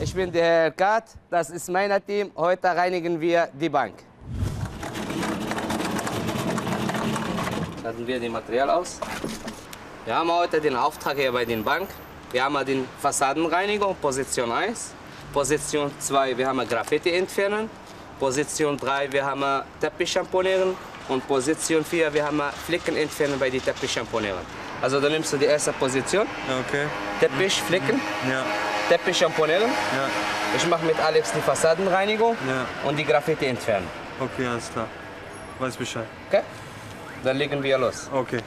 Ich bin der Herr Kart, das ist mein Team. Heute reinigen wir die Bank. Laden wir das Material aus. Wir haben heute den Auftrag hier bei den Bank. Wir haben den Fassadenreinigung, Position 1. Position 2, wir haben Graffiti entfernen. Position 3, wir haben Teppich schamponieren. Und Position 4, wir haben Flicken entfernen bei den Teppich schamponieren. Also dann nimmst du die erste Position, Okay, Teppich, Flicken, ja, Teppich schamponieren. ja, Ich mache mit Alex die Fassadenreinigung Ja. und die Graffiti entfernen. okay, alles klar. Weiß Bescheid. Okay? Dann legen wir los. Okay.